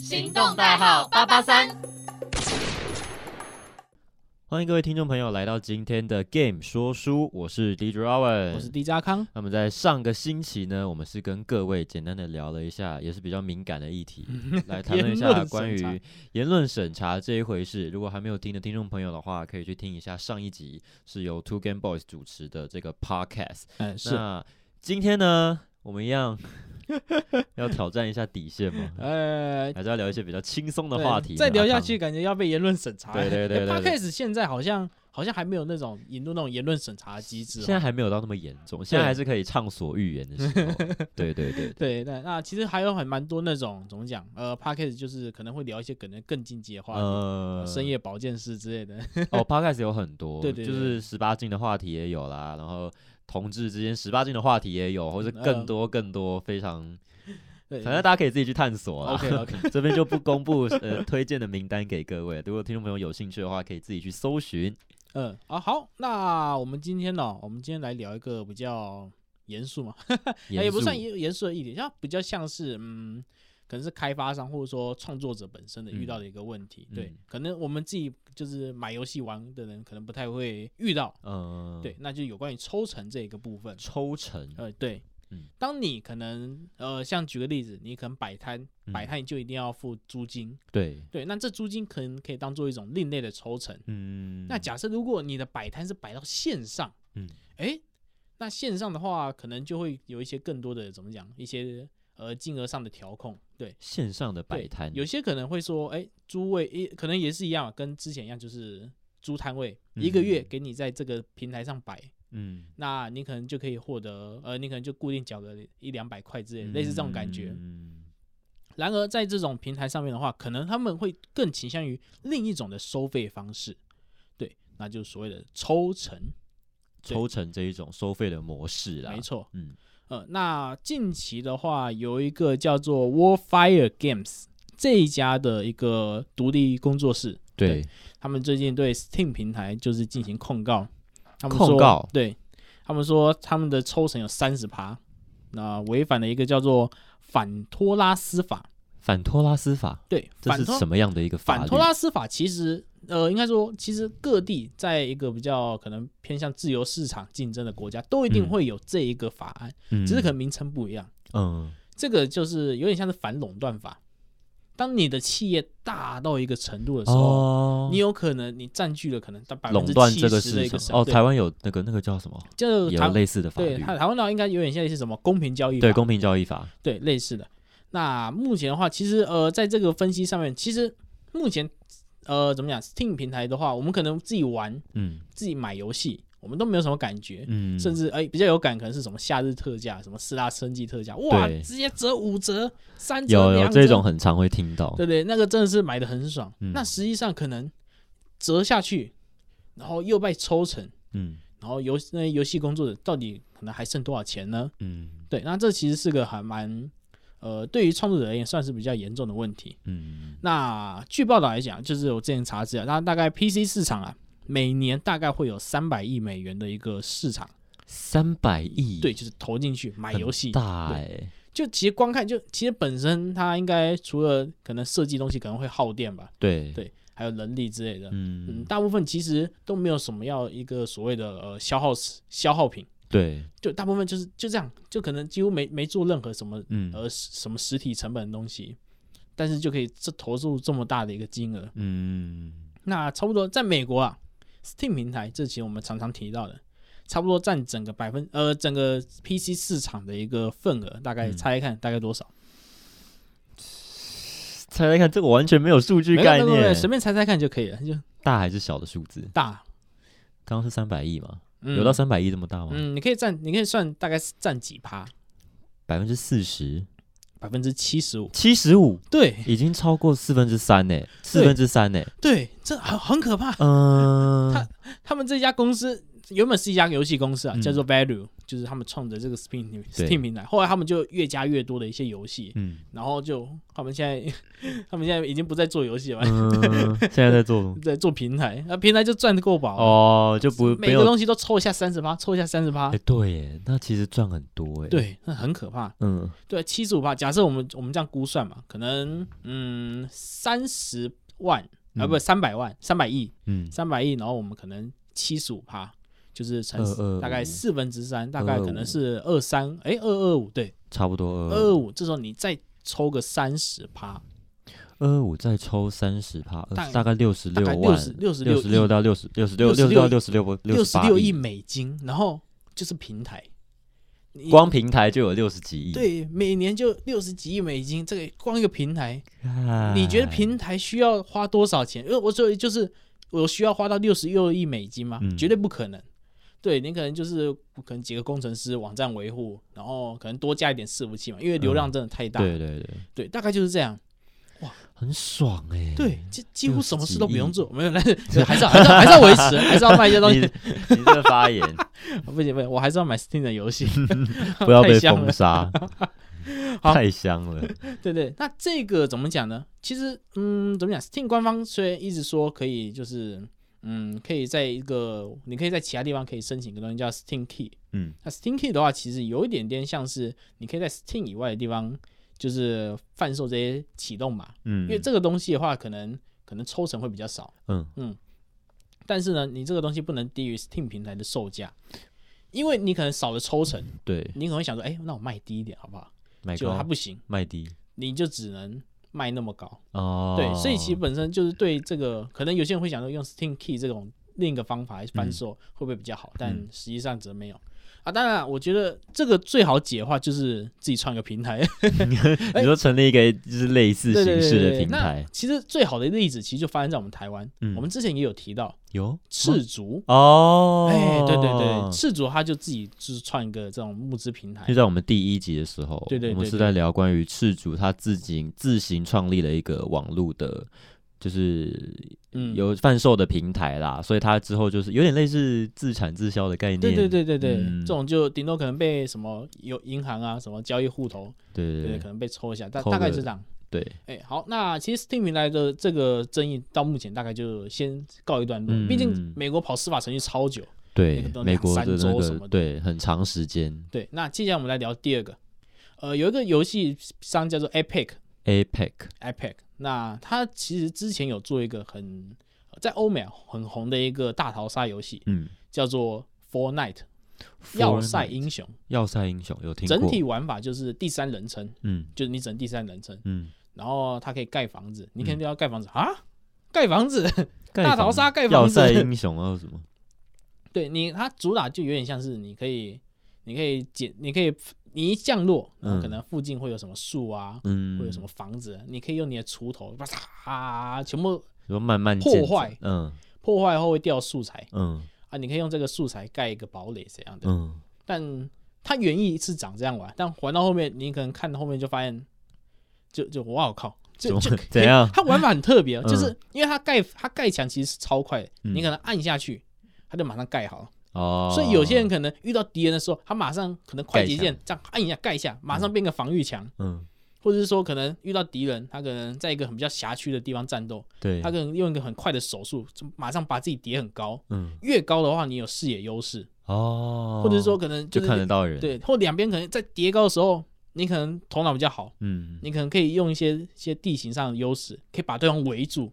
行动代号八八三。欢迎各位听众朋友来到今天的 Game 说书，我是 DJ Owen，我是 DJ 康。那么在上个星期呢，我们是跟各位简单的聊了一下，也是比较敏感的议题，来谈论一 言下论关审查于言论审查这一回事。如果还没有听的听众朋友的话，可以去听一下上一集是由 Two Game Boys 主持的这个 Podcast。嗯，是。那今天呢，我们一样 要挑战一下底线吗？呃，还是要聊一些比较轻松的对话题呢。啊再聊阿下康去，感觉要被言论审查。对对对对 对 p o d 现在好像好像还没有那种引入那种言论审查的机制哦。现在还没有到那么严重，现在还是可以畅所欲言的时 候。对对对，对，那那其实还有很蛮多那种怎么讲？呃 p o d 就是可能会聊一些可能更进阶的话题，呃呃，深夜保健室之类的。 哦，podcast 有很多，对对对就是十八禁的话题也有啦，然后同志之间十八禁的话题也有，或者嗯更多更多，非常，对，反正大啊家可以自己去探索啦。 OK OK，这边就不公 布呃推荐的名单给各位，如果听众朋友有兴趣的话，可以自己去搜寻。嗯啊好，那我们今天呢、我们今天来聊一个比较严肃嘛，哎也不算严严严肃的议题，像比较像是嗯，可能是开发商或者说创作者本身的遇到的一个问题。嗯对嗯，可能我们自己就是买游戏玩的人，可能不太会遇到。肃，嗯，对，，那就有关于抽成这一个部分。抽成，呃，对嗯，当你可能呃，像举个例子，你可能摆摊，嗯摆摊你就一定要付租金。对，对，那这租金可能可以当做一种另类的抽成。嗯，那，假设如果你的摆摊是摆到线上，嗯，诶，那线上的话，可能就会有一些更多的怎么讲，一些呃金额上的调控。对，线上的摆对摊，有些可能会说，诶，租位一可能也是一样，啊跟之前一样，就是租摊位、一个月嗯给你在这个平台上摆，嗯，那你可能就可以获得，呃，你可能就固定缴个一两百块之类的，类似这种感觉。嗯然而在这种平台上面的话，可能他们会更倾向于另一种的收费方式，对，那就是所谓的抽成。对抽成这一种收费的模式啦，没，错，嗯，呃，那近期的话，有一个叫做 Warfire Games 这一家的一个独立工作室，对，他们最近对 Steam 平台就是进行控告，他们控说告对他们说他们的抽成有三十趴，那违反了一个叫做反托拉斯法。反托拉斯法，对，这反是托什么样的一个法律？反托拉斯法其实，呃，应该说，其实各地在一个比较可能偏向自由市场竞争的国家，都一定嗯会有这一个法案，嗯只是可能名称不一样。嗯这个就是有点像是反垄断法。当你的企业大到一个程度的时候，哦你有可能你占据了可能百分垄之断七这个十的一市个场哦，对台湾有那个那个叫什么，就也台有类似的法对律，台台湾的话应该有点像是什么公平交易法，对公平交易法，对类似的。那目前的话，其实呃，在这个分析上面，其实目前呃怎么讲，Steam 平台的话，我们可能自己玩、嗯自己买游戏，我们都没有什么感觉，嗯，甚至哎、比较有感可能是什么夏日特价、什么四大升级特价，哇，对直接折五折、三折、有有两这折种很常会听到，对对，那个真的是买的很爽。哦嗯那实际上可能折下去，然后又被抽成，嗯然后游那游戏工作者到底可能还剩多少钱呢？嗯对，那这其实是个还蛮呃，对于创作者而言算是比较严重的问题。嗯那据报道来讲，就是我之前查资料，那大概 PC 市场啊，每年大概会有三百亿美元的一个市场，三百亿，对，，就是投进去买很游戏。大对哎，就其实光看就其实本身它应该除了可能设计东西可能会耗电吧，对对还有人力之类的，嗯，嗯大部分其实都没有什么要一个所谓的呃消耗消耗品，对就大部分就是就这样，就可能几乎没没做任何什么嗯呃什么实体成本的东西，但是就可以这投入这么大的一个金额，嗯那差不多在美国啊，Steam 平台，这其实我们常常提到的，差不多占整个百分呃整个 PC 市场的一个份额，大概嗯猜一看大概多少？猜猜看，这个完全没有数据没有概没有没有念，随便猜猜看就可以了，就大还是小的数字？大，刚刚是三百亿嘛？嗯、有到三百亿这么大吗？嗯，你可以占，你可以算大概是占几趴，百分之四十，百分之七十五。七十五，对已经超过四分之三呢，四分之三呢，对，这很很可怕。嗯他们这家公司原本是一家游戏公司啊，嗯叫做 Value，就是他们冲着这个 Steam 平对 Steam 平台，后来他们就越加越多的一些游戏，嗯，然后就他们现在 他们现在已经不再做游戏了，嗯现在在做 什么在做平台，那平台就赚的够饱啊，哦，就不没每个有东西都凑一下三十八，凑一下三十八哎，，对耶，那其实赚很多哎，，对，那很可怕。嗯对，七十五趴，假设我们我们这样估算嘛，可能嗯三十万啊，嗯不三百万，三百亿，嗯，三百亿，然后我们可能七十五趴，就是乘225大概四分之三，大概可能是二三，哎，二二五，对，差不多二二五，这时候你再抽个三十趴，二二五再抽三十趴，大大概六十大六概万，六十六十六六十六亿，到六十六十六六十66到六十六六十十六亿，美金，然后就是平台，你光平台就有六十几亿，对每年就六十几亿美金，这个光一个平台，哎，你觉得平台需要花多少钱？因为我所以就是我需要花到六十六亿美金吗？嗯绝对不可能。对你可能就是可能几个工程师网站维护，然后可能多加一点伺服器嘛，因为流量真的太大。嗯对对对，对大概就是这样。很爽哎，对，几几乎60什么事都不用亿做，没有，但是还是要还是要还是要维持，还是要卖一些东你西。 你这个发言不行不行，我还是要买 Steam 的游戏，不要太被香封了。杀，好太香了，对对，那这个怎么讲呢？其实，嗯，怎么讲？Steam 官方虽然一直说可以，就是，嗯，可以在一个，你可以在其他地方可以申请一个东西叫 Steam Key。嗯，那 Steam Key 的话，其实有一点点像是你可以在 Steam 以外的地方，就是贩售这些启动码，嗯，因为这个东西的话，可能可能抽成会比较少，嗯但是呢，你这个东西不能低于 Steam 平台的售价，因为你可能少了抽成，对，你可能会想说，哎，那我卖低一点好不好？卖就它高不行，卖低你就只能卖那么高。哦，对，所以其实本身就是对这个，可能有些人会想说用 Steam Key 这种另一个方法来翻售会不会比较好，但嗯实际上则没有。啊，当然啊，我觉得这个最好解的话就是自己创一个平台，你说成立一个就是类似 对对形对式哎对的对。平那台，其实最好的例子其实就发生在我们台湾，嗯我们之前也有提到有赤足，哦，哎、对对对，赤足他就自己就是创一个这种募资平台就，在我们第一集的时候，对对对我们是对在聊关于赤足他自己自行创立了一个网络的，就是嗯，有贩售的平台啦，所以他之后就是有点类似自产自销的概念，对对对对对，嗯这种就顶多可能被什么有银行啊、什么交易户头，对对，对可能被抽一下，但扣大概个是这样。对对，哎，好，那其实 Steam 平台的这个争议到目前大概就先告一段落，嗯毕竟美国跑司法程序超久。对那个都美两国三的那周什么个的对很长时间对，那接下来我们来聊第二个，呃，有一个游戏商叫做 Epic ，APEC Epic，那它其实之前有做一个很在欧美啊很红的一个大逃杀游戏，嗯，叫做 Fortnite 要塞 Fortnite 英雄，要塞英雄有听过，整体玩法就是第三人称，嗯就是你只能第三人称，嗯，然后它可以盖房子，你肯定要盖房子、啊，盖房子。盖大逃房杀盖要房子，塞英雄啊什么，对你，它主打就有点像是你可以，你可以捡，你可以你一降落，然后可嗯能附近会有什么树啊，嗯，会有什么房子，你可以用你的锄头把它全部说慢慢破建造坏嗯破坏后会掉素材嗯啊，你可以用这个素材盖一个堡垒怎样的。嗯，但它原意是长这样玩，但玩到后面，你可能看到后面就发现，就就哇我靠，怎就么就怎样它玩法很特 别，哦嗯就是因为它盖它盖墙其实是超快的，嗯你可能按下去，它就马上盖好了。哦，所以有些人可能遇到敌人的时候，他马上可能快捷键盖这样按一下盖一下，马上变个防御墙，嗯或者是说可能遇到敌人，他可能在一个很比较狭区的地方战斗，对，他可能用一个很快的手速，就马上把自己叠很高。嗯越高的话，你有视野优势，哦，或者是说可能就是看得到人，，对，或两边可能在叠高的时候，你可能头脑比较好，嗯，你可能可以用一些一些地形上的优势，可以把对方围住。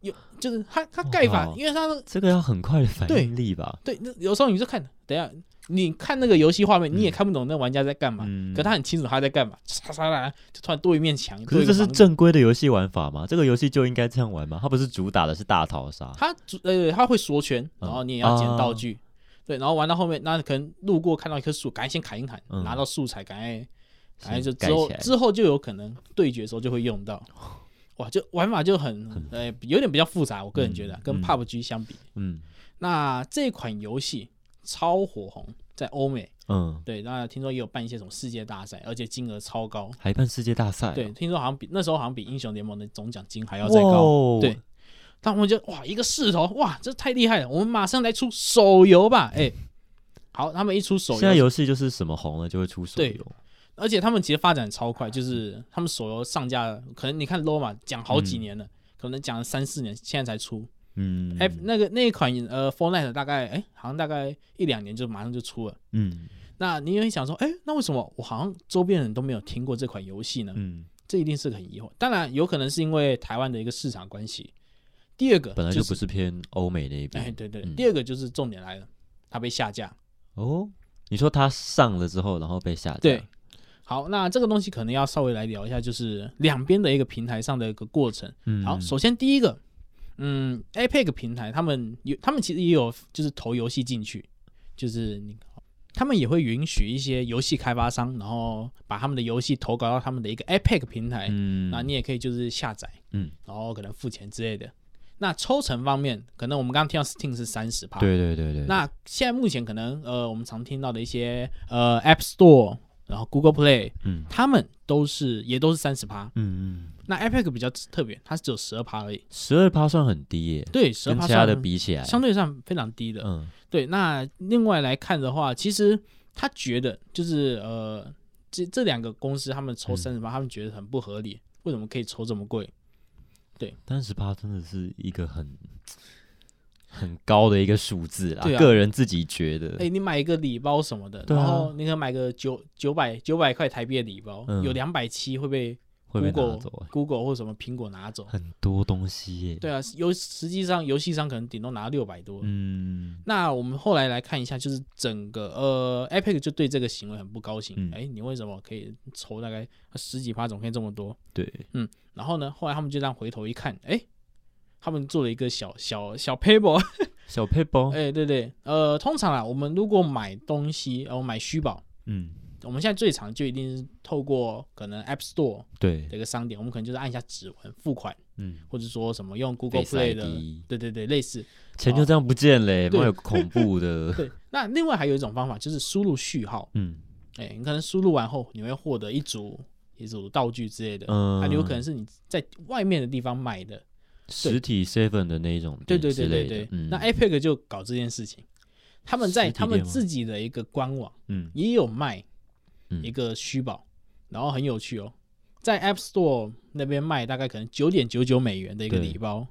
有就是他他盖法哇，因为他这个要很快的反对应力吧，对，那有时候你就看，等一下你看那个游戏画面，你也看不懂那玩家在干嘛，嗯，啊可他很清楚他在干嘛，唰唰啦，就突然多一面墙，可是这多一个是房子正规的游戏玩法吗？这个游戏就应该这样玩吗？它不是主打的是大逃杀，他主呃他会缩圈，嗯然后你也要捡道具，哦对，然后玩到后面，那可能路过看到一棵树，赶紧先砍一砍，嗯拿到素材，赶快赶快先就盖之后起来之后就有可能对决的时候就会 用到。哇，就玩法就很呃有点比较复杂，我个人觉得、嗯跟嗯 PUBG 相比，嗯那这款游戏超火红，在欧美。嗯，对，那听说也有办一些什么世界大赛，而且金额超高。还办世界大赛，哦对，，听说好像比那时候好像比英雄联盟的总奖金还要再高。哇对，他们就哇一个势头，哇这太厉害了，我们马上来出手游吧，哎、好，他们一出手游，现在游戏就是什么红了就会出手对游，而且他们其实发展超快，就是他们手游上架了，可能你看 LO 嘛，讲好几年了，可能讲了三四年，现在才出。嗯，哎、那个那一款呃 Fortnite 大概哎、好像大概一两年就马上就出了。嗯那你也会想说，哎、那为什么我好像周边人都没有听过这款游戏呢？嗯，这一定是很疑惑。当然，有可能是因为台湾的一个市场关系。第二个、本来就就不是，是偏欧美那一哎、边对对，嗯第二个就是重点来了，它被下架。哦。你说他上了之后，然后被下架，对，好，那这个东西可能要稍微来聊一下，就是两边的一个平台上的一个过程。嗯，好，首先第一个，嗯，Epic 平台他们有，他们其实也有就是投游戏进去，就是你他们也会允许一些游戏开发商，然后把他们的游戏投稿到他们的一个 Epic 平台，嗯，那你也可以就是下载，嗯，然后可能付钱之类的。那抽成方面，可能我们刚刚听到 Steam 是三十趴，对对对对，那现在目前可能呃，我们常听到的一些呃 App Store，然后 Google Play，嗯他们都是也都是三十趴。嗯嗯，那 Epic 比较特别，它只有十二趴而已。十二趴算很低耶，对，十二跟趴其他的比起来，相对上非常低的。嗯对，那另外来看的话，其实他觉得就是呃，这这两个公司他们抽嗯三十八，他们觉得很不合理，为什么可以抽这么贵？三十趴真的是一个很很高的一个数字啦，对啊个人自己觉得，哎、你买一个礼包什么的，对啊然后你可能买个九九百九百块台币的礼包，嗯有两百七会被会被拿 Google 走耶 Google 或什么苹果拿走。很多东西耶，对啊，游实际上游戏商可能顶多拿六百多。嗯，那我们后来来看一下，就是整个呃，Epic 就对这个行为很不高兴。嗯哎、你为什么可以筹大概呃十几趴，总可以这么多？对，然后呢，后来他们就这样回头一看，哎、他们做了一个小小小 paper，哦小 p a p e 哎、对对，呃，通常啊，我们如果买东西，然、后买虚宝，嗯，我们现在最常就一定是透过可能 App Store 对的，一个商店，我们可能就是按一下指纹付款，嗯，或者说什么用 Google Face Play 的 ID，对对对，类似。钱就这样不见嘞，对蛮有恐怖的， 对，那另外还有一种方法就是输入序号，嗯哎、你可能输入完后，你会获得一组一组道具之类的，嗯，那、有可能是你在外面的地方买的，实体 seven 的那一种对店对之对对类的，对，嗯，那 Epic 就搞这件事情，他们在实体他们店吗自己的一个官网嗯也有卖嗯一个虚宝，然后很有趣哦，在 App Store 那边卖大概可能九点九九美元的一个对礼包，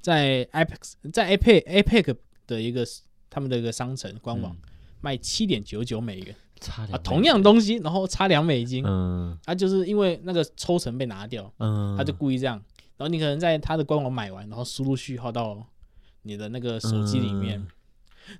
在 Apex 在 Epic Epic 的一个他们的一个商城官网、嗯卖七点九九美元差啊，点同样东西，然后差两美金，嗯啊，就是因为那个抽成被拿掉，嗯，他就故意这样。然后你可能在他的官网买完，然后输入序号到你的那个手机里嗯面，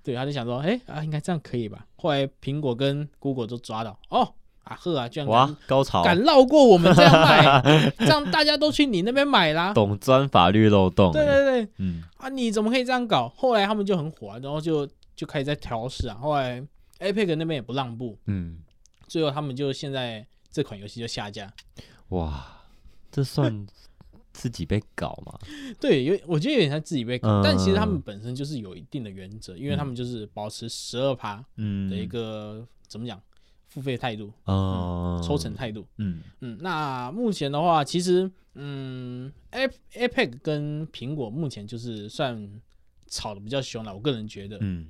对，他就想说，哎、啊，应该这样可以吧？后来苹果跟 Google 都抓到，哦，啊呵啊，居然哇敢高潮，敢绕过我们这样 卖，这样大家都去你那边买啦。懂钻法律漏洞，对哎对对，嗯啊，你怎么可以这样搞？后来他们就很火、啊，然后就就开始在调试啊。后来 Epic 那边也不让步，嗯，最后他们就现在这款游戏就下架。哇，这 算自己被搞吗？对，有我觉得有点像自己被坑，嗯但其实他们本身就是有一定的原则，因为他们就是保持十二趴嗯的一个、怎么讲，付费态度、哦，抽成态度。嗯嗯，那目前的话，其实嗯，App Epic 跟苹果目前就是算吵的比较凶了。我个人觉得，嗯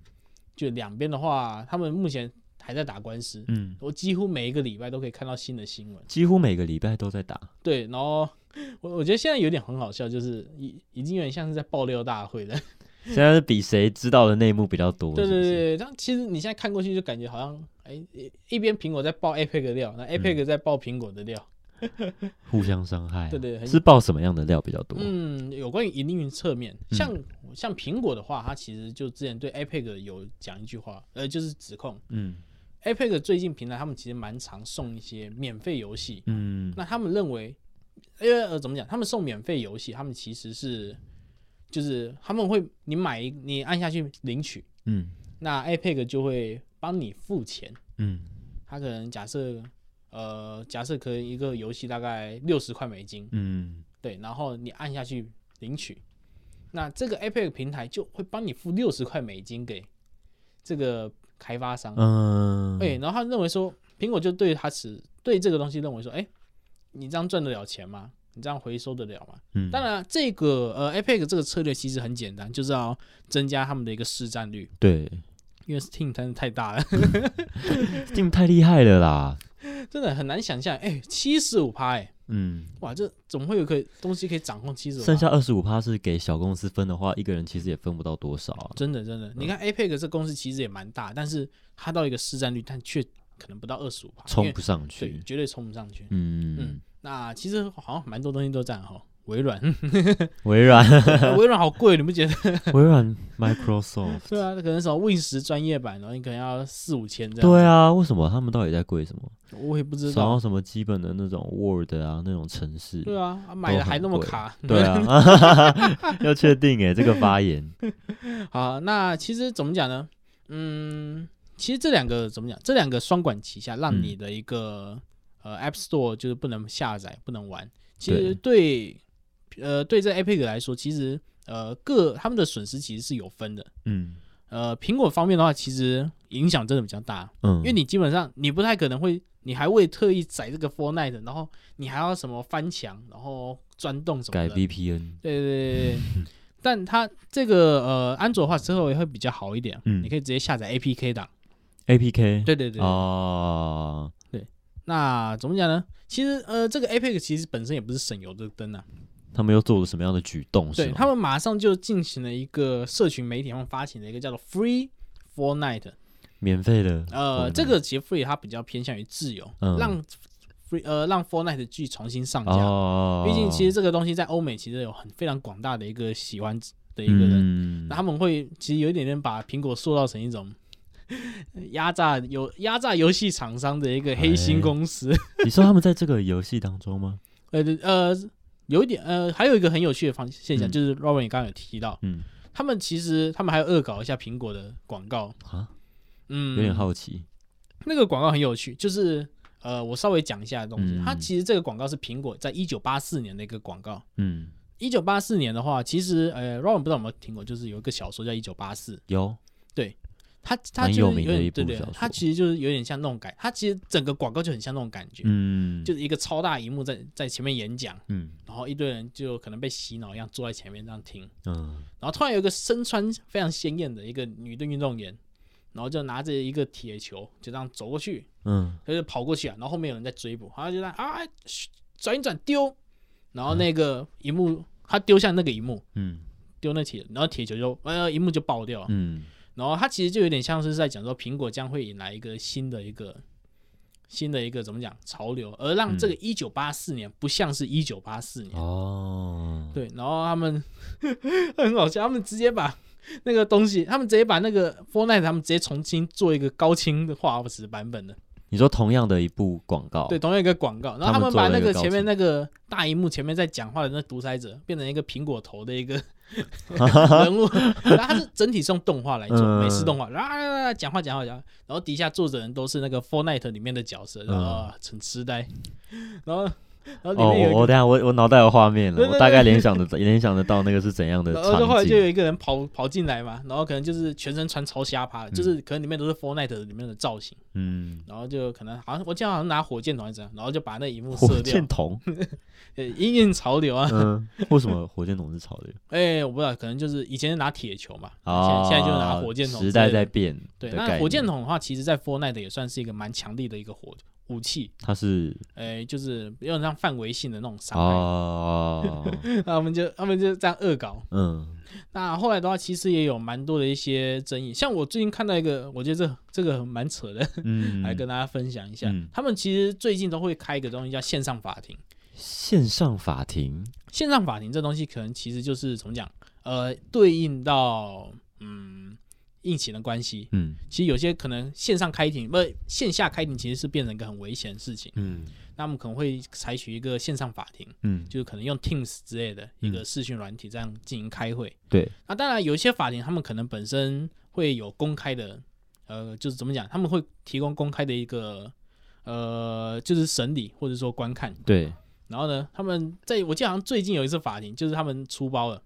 就两边的话，他们目前还在打官司。嗯，我几乎每一个礼拜都可以看到新的新闻，几乎每个礼拜都在打，对，然后 我我觉得现在有点很好笑，就是已已经有点像是在爆料大会了，现在是比谁知道的内幕比较多，对是对不是，对，但其实你现在看过去就感觉好像，哎、一一边苹果在爆 Epic 的料，那嗯 Epic 在爆苹果的料，互相伤害啊，对对很是爆什么样的料比较多？嗯，有关于营运侧面，嗯像、像苹果的话，它其实就之前对 Epic 有讲一句话，呃，就是指控嗯 Epic 最近平台他们其实蛮常送一些免费游戏，嗯那他们认为，因为呃怎么讲，他们送免费游戏，他们其实是就是他们会你买一你按下去领取，嗯那 Epic 就会帮你付钱。嗯他可能假设，呃，假设可能一个游戏大概六十块美金，嗯，对，然后你按下去领取，那这个 Epic 平台就会帮你付六十块美金给这个开发商，嗯，对，然后他认为说，苹果就对他持对这个东西认为说，哎，你这样赚得了钱吗？你这样回收得了吗？嗯，当然，这个呃 Apex 这个策略其实很简单，就是要增加他们的一个市占率，对因为 Steam 真的太大了， ，Steam 太厉害了啦，真的很难想象，哎、7七十五趴，哎、嗯，哇，这怎么会有一个东西可以掌控七十五？剩下二十五趴是给小公司分的话，一个人其实也分不到多少啊。真的真的，你看 Apex 这公司其实也蛮大，但是它到一个市占率，但却可能不到二十五趴，因冲为不上对，去。绝对冲不上去。嗯嗯，那其实好像蛮多东西都这样哈。微软，微软， 微软好贵，你不觉得？ 微软，Microsoft，对啊，可能什么 Win 十专业版，然哦后你可能要四五千这样。对，啊，为什么他们到底在贵什么？我也不知然道。后什么基本的那种 Word 啊，那种程式，对啊，啊买的还那么卡。对啊， 要确定哎，这个发言，好，那其实怎么讲呢？嗯，其实这两个怎么讲？这两个双管齐下，让嗯你的一个、呃 App Store 就是不能下载、不能玩。其对实对呃对这 Epic 来说，其实呃各他们的损失其实是有分的。嗯呃，苹果方面的话，其实影响真的比较大，嗯，因为你基本上你不太可能会，你还会特意载这个 Fortnite，然后你还要什么翻墙，然后钻洞什么改的。 VPN，对对对对， 对，但它这个呃，安卓的话之后也会比较好一点，嗯你可以直接下载 APK 档。 APK，对对对，哦，那怎么讲呢？其实呃，这个 APEC 其实本身也不是省油的灯啊，他们又做了什么样的举动？对是吗哦他们马上就进行了一个社群媒体上发起了一个叫做 Free Fortnite，免费的，呃， Fortnite 这个其实 Free 它比较偏向于自由，嗯让 Free 呃让 Fortnite 剧重新上架，哦，毕竟其实这个东西在欧美其实有很非常广大的一个喜欢的一个人。嗯那他们会其实有一点点把苹果塑造成一种 压榨游压榨游戏厂商的一个黑心公司。你说他们在这个游戏当中吗？呃 呃，有一点呃，还有一个很有趣的方现象，嗯就是 Robin 也刚刚有提到，嗯他们其实他们还有恶搞一下苹果的广告。啊，嗯，有点好奇，那个广告很有趣，就是。呃，我稍微讲一下东西。嗯它其实这个广告是苹果在一九八四年的一个广告。嗯，一九八四年的话，其实呃，Robin 不知道有没有听过，就是有一个小说叫《一九八四》，有，它它蛮就是有有名的点一对部对小，它说其实就是有点像那种感，它其实整个广告就很像那种感觉，嗯，就是一个超大荧幕在在前面演讲，嗯然后一堆人就可能被洗脑一样坐在前面这样听，嗯然后突然有一个身穿非常鲜艳的一个女的运动员，然后就拿着一个铁球就这样走过去，嗯，她就跑过去啊，然后后面有人在追捕，她就这样啊嘘转一转丢，然后那个荧幕她丢向那个荧幕。嗯丢那铁，然后铁球就呃，荧幕就爆掉了。嗯，然后它其实就有点像是在讲说，苹果将会引来一个新的一个新的一个怎么讲潮流，而让这个一九八四年不像是一九八四年。哦，对，然后他们 很好笑，他们直接把那个东西，他们直接把那个 Fortnite 他们直接重新做一个高清的画质版本的，你说同样的一部广告，对，同样一个广告。然后他他们们做把了那一个个高前面清那个大荧幕前面在讲话的那独裁者变成一个苹果头 的一个人物，然后他是整体是用动画来做嗯美式动画，然后啊讲话讲话讲话，然后底下坐着人都是那个 Fortnite 里面的角色，然后啊很痴呆，然后然后啊里嗯哦，面有我一个我等一下我我脑袋有画面对了，对我大概联想的联想得到那个是怎样的 然后就后来场就有景。一个人跑跑进来嘛，然后可能就是全身穿超瞎趴的，就是可能里面都是 Fortnite 里面的造型，嗯，然后就可能好像我记得好像拿火箭筒还是怎样，然后就把那荧幕火射掉箭，筒，呃，因应潮流啊，嗯，为什么火箭筒是潮流？哎、我不知道，可能就是以前是拿铁球嘛， 现啊，在现在就拿火箭筒之类时的。代在变的对，概念，那火箭筒的话，其实在 Fortnite 也算是一个蛮强力的一个火武器，它是哎、就是有点像范围性的那种伤害。 哦，他们就他们就这样恶搞。嗯 那后来的话，其实也有蛮多的一些争议，像我最近看到一个，我觉得这这个蛮扯的，嗯，来跟大家分享一下。嗯他们其实最近都会开一个东西叫线上法庭。线上法庭，线上法庭这东西，可能其实就是怎么讲，呃，对应到嗯疫情的关系，嗯其实有些可能线上开庭，不线下开庭，其实是变成一个很危险的事情。嗯那我们可能会采取一个线上法庭，嗯，就是可能用 Teams 之类的一个嗯视讯软体这样进行开会。对，那当然有一些法庭，他们可能本身会有公开的，呃，就是怎么讲，他们会提供公开的一个。呃，就是审理或者说观看，对，然后呢，他们在我记得好像最近有一次法庭，就是他们出包了，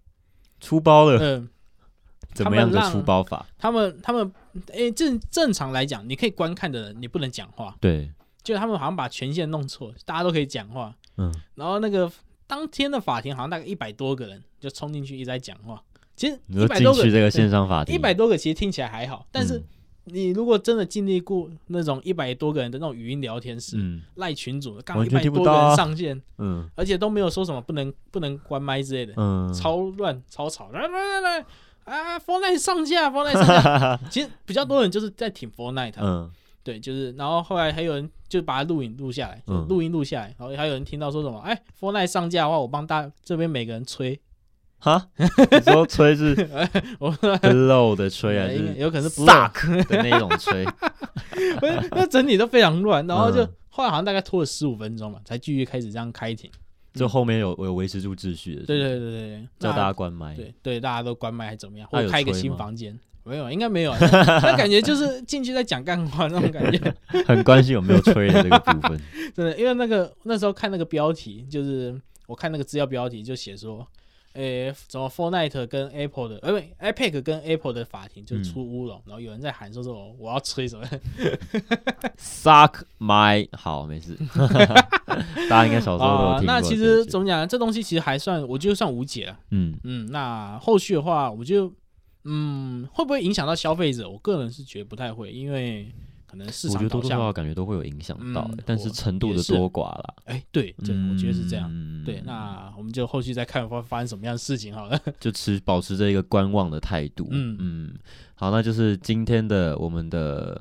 出包了，嗯、 怎么样的他们让出包法？他们他们，诶，正正常来讲，你可以观看的人，你不能讲话，对，就他们好像把权限弄错，大家都可以讲话。嗯然后那个当天的法庭好像大概一百多个人就冲进去一直在讲话，其实你一说百进多个去这个线上法庭，一百多个其实听起来还好，但是嗯你如果真的经历过那种一百多个人的那种语音聊天室，嗯赖群主刚完一全百听不多个到啊人上线，嗯而且都没有说什么不能不能关麦之类的，嗯，超乱超吵，来来来来啊 f o r n i t 上架 f o r n i t 上架，其实比较多人就是在挺啊 f o r n i t 嗯对，就是，然后后来还有人就把它录影录下来，就嗯录音录下来，然后还有人听到说什么，哎 f o r n i t 上架的话，我帮大这边每个人吹，哈， 你说吹是我 blow 的吹 还 应该啊是有可啊能是 嗯 suck 的那种吹？不是，那整体都非常乱，然后就嗯后来好像大概拖了十五分钟吧，才继续开始这样开庭。就后面有有维持住秩序的，对对对对对，叫那大家关麦。对对大家都关麦还怎么样，那或有开一个吹新吗房间。没有，应该没有啊，那那感觉就是进去在讲干话那种感觉，很关心有没有吹的这个部 分。真的，因为那个那时候看那个标题，就是我看那个资料标题就写说，诶、什么 f o r n i t e 跟 Apple 的，呃，不，iPad 跟 Apple 的法庭就嗯出乌龙，然后有人在喊说说我要吹什么， Suck my 好，没 事，大家应该小时候都有啊、哦听过这一句、那其实怎么讲呢？这东西其实还算，我觉得算无解了。嗯嗯，那后续的话，我就嗯，会不会影响到消费者？我个人是觉得不太会，因为可能市我觉场得多导多少向少。感觉都会有影响到、嗯但是我程度也的是多寡啦。哎，对对，我觉得是这样。嗯对，那我们就后续再看会发生什么样的事情好了。 就持保持着一个观望的态度。嗯嗯嗯，好，那就是今天的我们的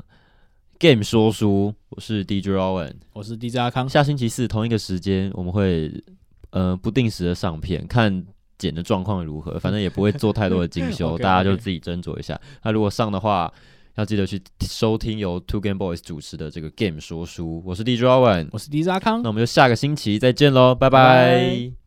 Game 说书，我是 DJ Owen。我是 DJ 阿康，下星期四同一个时间，我们会呃不定时的上片，看剪的状况如何，反正也不会做太多的精 修， OK，OK 大家就自己斟酌一下。那如果上的话，要记得去收听由 Two Game Boys 主持的这个 Game 说书。我是 DJ Owen，我是 DJ 阿康嗯那。我们就下个星期再见喽，拜拜拜拜